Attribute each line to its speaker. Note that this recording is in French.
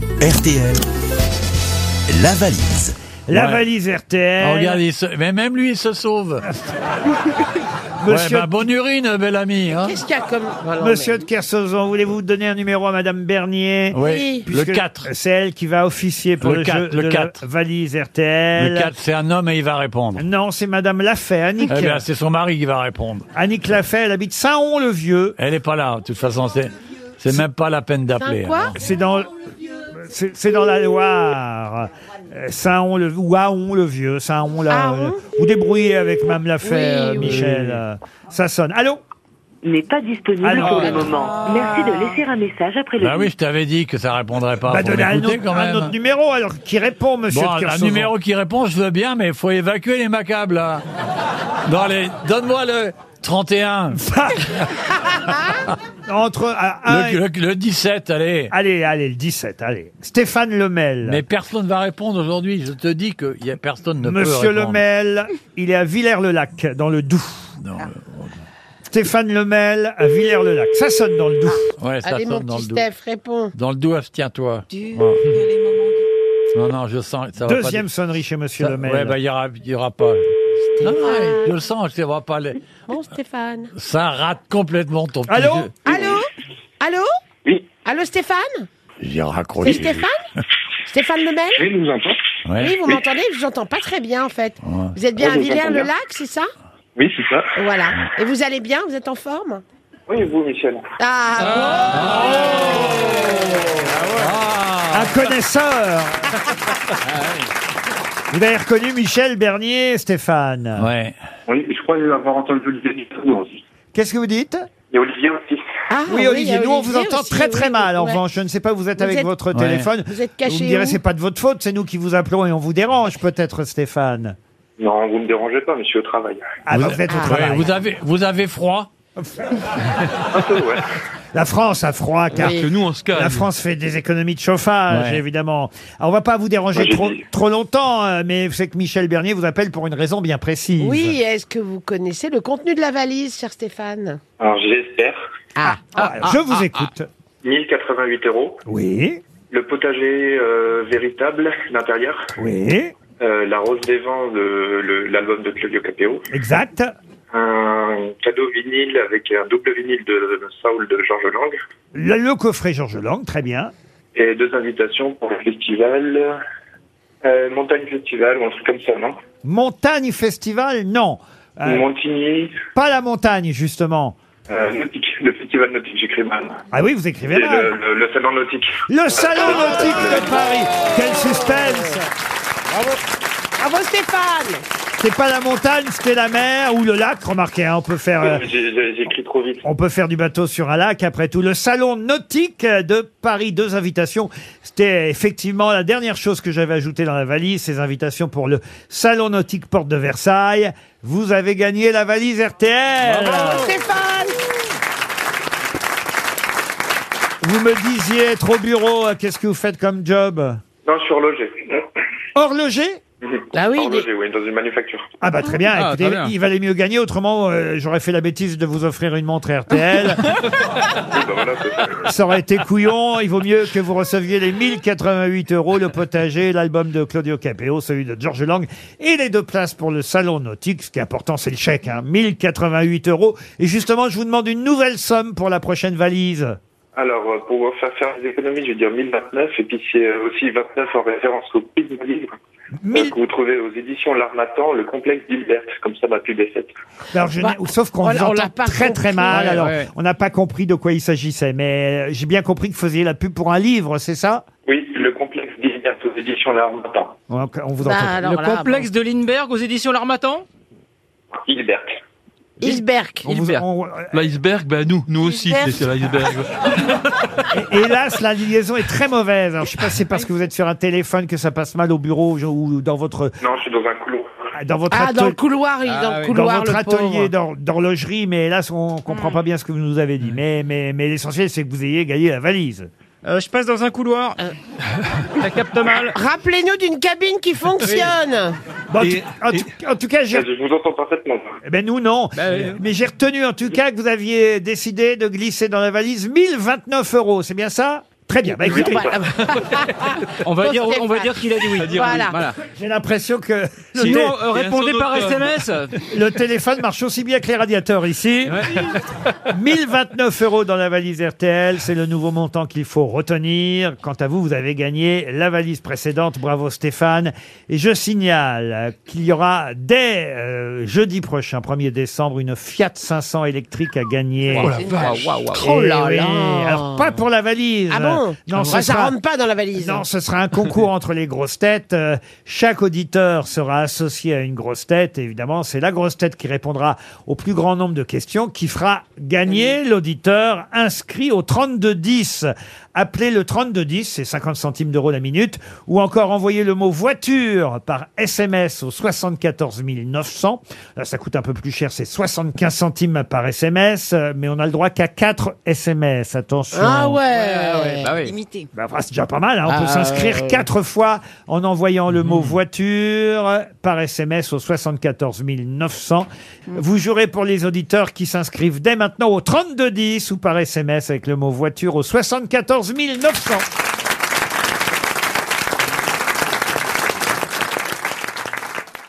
Speaker 1: RTL, la valise.
Speaker 2: La
Speaker 3: Ouais.
Speaker 2: valise RTL.
Speaker 3: Oh, regarde, il se- mais même lui, il se sauve.
Speaker 2: Monsieur,
Speaker 3: Ouais, bah, bonne urine, bel ami. Hein
Speaker 4: Qu'est-ce qu'il y a comme. Alors,
Speaker 2: Monsieur de Kersauzon, voulez-vous donner un numéro à Madame Bernier
Speaker 3: oui. Le
Speaker 2: Puisque
Speaker 3: 4.
Speaker 2: C'est elle qui va officier pour le,
Speaker 3: Le quatre,
Speaker 2: jeu
Speaker 3: le
Speaker 2: de
Speaker 3: quatre.
Speaker 2: la valise RTL.
Speaker 3: Le 4, c'est un homme et il va répondre.
Speaker 2: Non, c'est Madame Lafay, Annick.
Speaker 3: Eh bien, c'est son mari qui va répondre.
Speaker 2: Annick Lafay, elle habite Saint-On-le-Vieux.
Speaker 3: Elle est pas là, de toute façon, c'est, c'est même pas la peine d'appeler.
Speaker 4: un quoi
Speaker 2: C'est dans... C'est c'est dans la Loire. Euh, Saint-On-le... Ou Aon-le-Vieux. Saint-On... La...
Speaker 4: Aon
Speaker 2: Vous débrouillez avec Madame Lafay,
Speaker 4: Oui, oui.
Speaker 2: Michel. Euh, Ça sonne. Allô
Speaker 5: n'est pas disponible
Speaker 2: Alors-
Speaker 5: pour le moment. Merci de laisser un message après le
Speaker 3: Bah oui, je t'avais dit que ça répondrait pas.
Speaker 2: bah,
Speaker 3: Ah, Faut
Speaker 2: Donnez un
Speaker 3: m'écouter,
Speaker 2: autre,
Speaker 3: quand
Speaker 2: un
Speaker 3: même.
Speaker 2: autre numéro, alors, qui répond, Monsieur
Speaker 3: Bon,
Speaker 2: de
Speaker 3: un
Speaker 2: Kersauzon.
Speaker 3: numéro qui répond, je veux bien, mais il faut évacuer les macabres, là. Dans les... Donne-moi le 31,
Speaker 2: Entre à, un et-
Speaker 3: le, le- le 17, allez.
Speaker 2: Allez, allez, le 17, allez. Stéphane Lemel.
Speaker 3: Mais personne va répondre aujourd'hui. Je te dis que y a personne ne peut
Speaker 2: Monsieur
Speaker 3: répondre.
Speaker 2: Lemel, il est à Villers-le-Lac, dans le Doubs. Ah.
Speaker 3: Non,
Speaker 2: Stéphane Lemel à Villers-le-Lac. Ça sonne dans le Doubs.
Speaker 3: euh, ouais, ça
Speaker 4: Allez, mon
Speaker 3: sonne dans
Speaker 4: petit
Speaker 3: le dos.
Speaker 4: Steph, réponds.
Speaker 3: Dans le dos, abstiens-toi. Ouais. Non, non, je sens. Ça va
Speaker 2: Deuxième
Speaker 3: pas...
Speaker 2: sonnerie chez Monsieur
Speaker 3: ça-
Speaker 2: Lemel.
Speaker 3: Ouais, bah, il y aura, il y aura pas. Non, non, ouais, je le sens, je ne vois pas. les-
Speaker 4: Bon, Stéphane.
Speaker 3: Ça rate complètement ton petit
Speaker 2: Allô
Speaker 3: jeu.
Speaker 4: Allô Allô
Speaker 6: Oui.
Speaker 4: Allô, Stéphane
Speaker 3: J'ai
Speaker 4: C'est
Speaker 3: raccroché.
Speaker 4: Stéphane Stéphane Lemel
Speaker 6: Oui, nous entend.
Speaker 3: Ouais.
Speaker 4: Oui, vous m'entendez Je vous entends pas très bien, en fait. Vous êtes bien
Speaker 6: Ouais,
Speaker 4: à
Speaker 6: je vous entends
Speaker 4: Villers-le-Lac, c'est ça
Speaker 6: Oui, c'est ça.
Speaker 4: Voilà. Et vous allez bien Vous êtes en forme
Speaker 6: Oui, vous, Michel.
Speaker 4: Ah,
Speaker 2: Un connaisseur.
Speaker 3: Ah,
Speaker 2: Vous avez reconnu Michel Bernier, Stéphane.
Speaker 3: Ouais.
Speaker 6: Oui, je crois avoir entendu Olivier Giroud aussi.
Speaker 2: Qu'est-ce que vous dites
Speaker 6: Et Olivier aussi.
Speaker 4: Ah,
Speaker 2: Oui, Olivier,
Speaker 4: il y a
Speaker 2: nous on vous
Speaker 4: Olivier
Speaker 2: entend
Speaker 4: aussi,
Speaker 2: très très
Speaker 4: oui,
Speaker 2: mal. En
Speaker 4: ouais.
Speaker 2: revanche, je ne sais pas, vous êtes
Speaker 4: Vous
Speaker 2: avec
Speaker 4: êtes-
Speaker 2: votre
Speaker 3: Ouais.
Speaker 2: téléphone.
Speaker 4: Vous êtes caché
Speaker 2: vous me direz,
Speaker 4: où
Speaker 2: c'est pas de votre faute, c'est nous qui vous appelons et on vous dérange peut-être, Stéphane.
Speaker 6: Non, vous ne me dérangez pas, mais je suis au travail.
Speaker 2: Ah, bah, vous, êtes au
Speaker 4: Ah.
Speaker 2: travail.
Speaker 3: Ouais, vous avez, vous avez froid
Speaker 6: Un peu, ouais.
Speaker 2: La France a froid, car
Speaker 4: Oui.
Speaker 7: que nous on se calme.
Speaker 2: La France fait des économies de chauffage,
Speaker 3: Ouais.
Speaker 2: évidemment. Alors, on va pas vous déranger
Speaker 6: Moi, j'ai
Speaker 2: trop,
Speaker 6: dit.
Speaker 2: trop longtemps, euh, mais c'est que Michel Bernier vous appelle pour une raison bien précise.
Speaker 4: Oui, est-ce que vous connaissez le contenu de la valise, cher Stéphane
Speaker 6: Alors, j'espère.
Speaker 4: Ah,
Speaker 2: Alors, je vous écoute.
Speaker 6: 1088 euros.
Speaker 2: Oui,
Speaker 6: Le potager euh, véritable, l'intérieur.
Speaker 2: oui,
Speaker 6: Euh, la rose des vents, le- le- l'album de Claudio Capéo.
Speaker 2: exact.
Speaker 6: Un cadeau vinyle avec un double vinyle de Saul de Georges Lang.
Speaker 2: Le, le coffret Georges Lang, très bien.
Speaker 6: Et deux invitations pour le festival. euh, Montagne Festival ou un truc comme ça, non
Speaker 2: Montagne Festival, non. Euh,
Speaker 6: Montigny,
Speaker 2: Pas la montagne, justement.
Speaker 6: Euh, nautique, le festival nautique, j'écris mal.
Speaker 2: Ah oui, vous écrivez
Speaker 6: C'est
Speaker 2: mal.
Speaker 6: le, le- le salon nautique.
Speaker 2: Le Salon Nautique de Paris. Quel suspense
Speaker 4: Bravo, Ah, Stéphane
Speaker 2: C'est pas la montagne, c'était la mer ou le lac. Remarquez, hein, on peut faire... euh,
Speaker 6: J'ai- j'ai- J'écris trop vite.
Speaker 2: On peut faire du bateau sur un lac, après tout. Le salon nautique de Paris, deux invitations. C'était effectivement la dernière chose que j'avais ajoutée dans la valise, ces invitations pour le salon nautique Porte de Versailles. Vous avez gagné la valise RTL.
Speaker 4: Bravo, Stéphane
Speaker 2: Vous me disiez être au bureau, euh, qu'est-ce que vous faites comme job
Speaker 6: Non, je suis horloger.
Speaker 2: Horloger
Speaker 4: Bah oui, il est-
Speaker 6: horloger, oui, dans une manufacture.
Speaker 2: ah bah très bien,
Speaker 7: Ah,
Speaker 2: écoutez,
Speaker 7: très bien.
Speaker 2: il valait mieux gagner, autrement euh, j'aurais fait la bêtise de vous offrir une montre RTL.
Speaker 6: Oui, bah voilà, c'est ça.
Speaker 2: Ça aurait été couillon. Il vaut mieux que vous receviez les 1088 euros, le potager, l'album de Claudio Capéo, celui de George Lang et les deux places pour le salon nautique. Ce qui est important, c'est le chèque, hein. 1088 euros. Et justement, je vous demande une nouvelle somme pour la prochaine valise.
Speaker 6: Alors, euh, pour faire faire des économies, je vais dire 1029, et puis c'est euh, aussi 29 en référence au prix de mon livre euh,
Speaker 2: 1000...
Speaker 6: que vous trouvez aux éditions L'Armatan, le complexe d'Hilbert, comme ça ma pub est faite.
Speaker 2: Alors, je n'ai-
Speaker 4: Bah,
Speaker 2: sauf qu'on
Speaker 4: on
Speaker 2: vous
Speaker 4: l'a- on
Speaker 2: entend
Speaker 4: l'a pas
Speaker 2: très très
Speaker 4: compris.
Speaker 2: mal.
Speaker 7: Ouais,
Speaker 2: alors,
Speaker 7: ouais.
Speaker 2: on n'a pas compris de quoi il s'agissait. Mais euh, j'ai bien compris que vous faisiez la pub pour un livre, c'est ça
Speaker 6: Oui, le complexe d'Hilbert aux éditions L'Armatan.
Speaker 2: on, on vous
Speaker 4: Bah,
Speaker 2: entend.
Speaker 4: alors
Speaker 7: le
Speaker 4: là,
Speaker 7: complexe de Lindbergh aux éditions L'Armatan
Speaker 6: Hilbert.
Speaker 4: bon. Isberg.
Speaker 2: On vous-
Speaker 7: Hilbert.
Speaker 2: on-
Speaker 7: L'iceberg, bah nous, nous aussi,
Speaker 4: L'iceberg.
Speaker 7: c'est c'est l'iceberg.
Speaker 2: Hélas, la liaison est très mauvaise. Alors, je sais pas si c'est parce que vous êtes sur un téléphone que ça passe mal au bureau je- ou dans votre
Speaker 6: Non, je suis dans un couloir.
Speaker 2: dans votre
Speaker 4: Ah, dans le
Speaker 2: atelier.
Speaker 4: couloir, il est dans
Speaker 7: Ah
Speaker 4: le
Speaker 7: oui.
Speaker 2: Dans
Speaker 4: couloir,
Speaker 2: votre
Speaker 4: le pauvre. Mm.
Speaker 2: atelier d'hor- d'horlogerie, mais hélas, on comprend pas bien ce que vous nous avez dit. Mais, mais, mais l'essentiel, c'est que vous ayez gagné la valise.
Speaker 7: Euh, je passe dans un couloir. Euh. Ça capte mal.
Speaker 4: Rappelez-nous d'une cabine qui fonctionne.
Speaker 2: Bon, en,
Speaker 7: Et-
Speaker 2: tout, en
Speaker 7: et-
Speaker 2: tout- en tout cas, j'ai.
Speaker 6: Je vous entends parfaitement.
Speaker 2: eh Ben nous non,
Speaker 7: Bah oui.
Speaker 2: mais j'ai retenu en tout cas que vous aviez décidé de glisser dans la valise 1029 euros, c'est bien ça Très bien. Bah,
Speaker 4: Oui,
Speaker 2: écoutez,
Speaker 4: voilà.
Speaker 7: On va
Speaker 4: Pauvre
Speaker 7: dire, on va
Speaker 4: Stéphane.
Speaker 7: dire qu'il a dit oui.
Speaker 4: Voilà.
Speaker 2: j'ai l'impression que le,
Speaker 7: Sinon,
Speaker 2: té-
Speaker 7: euh, répondez par SMS.
Speaker 2: le téléphone marche aussi bien que les radiateurs ici. 1029 euros dans la valise RTL, c'est le nouveau montant qu'il faut retenir. Quant à vous, vous avez gagné la valise précédente. Bravo Stéphane. Et je signale euh, qu'il y aura dès euh, jeudi prochain, 1er décembre, une Fiat 500 électrique à gagner.
Speaker 7: Oh la vache.
Speaker 4: Oh
Speaker 2: Eh
Speaker 4: là
Speaker 2: oui.
Speaker 4: là.
Speaker 2: Alors pas pour la valise.
Speaker 4: Ah bon
Speaker 2: Non, ce
Speaker 4: Ça, ça
Speaker 2: sera-
Speaker 4: rentre pas dans la valise.
Speaker 2: non, ce sera un concours entre les grosses têtes. Euh, chaque auditeur sera associé à une grosse tête. Et évidemment, c'est la grosse tête qui répondra au plus grand nombre de questions qui fera gagner l'auditeur inscrit au 3210. Appelez le 3210, c'est 50 centimes d'euros la minute, ou encore envoyez le mot voiture par SMS au 74 900. Là, ça coûte un peu plus cher, c'est 75 centimes par SMS, euh, mais on a le droit qu'à 4 SMS. Attention.
Speaker 4: Ah ouais.
Speaker 7: Bah oui.
Speaker 8: Limité.
Speaker 2: Bah, enfin, c'est déjà pas mal. hein. On peut
Speaker 4: Ah,
Speaker 2: s'inscrire
Speaker 4: ouais. Mhm.
Speaker 2: quatre fois en envoyant le mot voiture par SMS au 74 900. Vous jouerez pour les auditeurs qui s'inscrivent dès maintenant au 3210 ou par SMS avec le mot voiture au 74 900.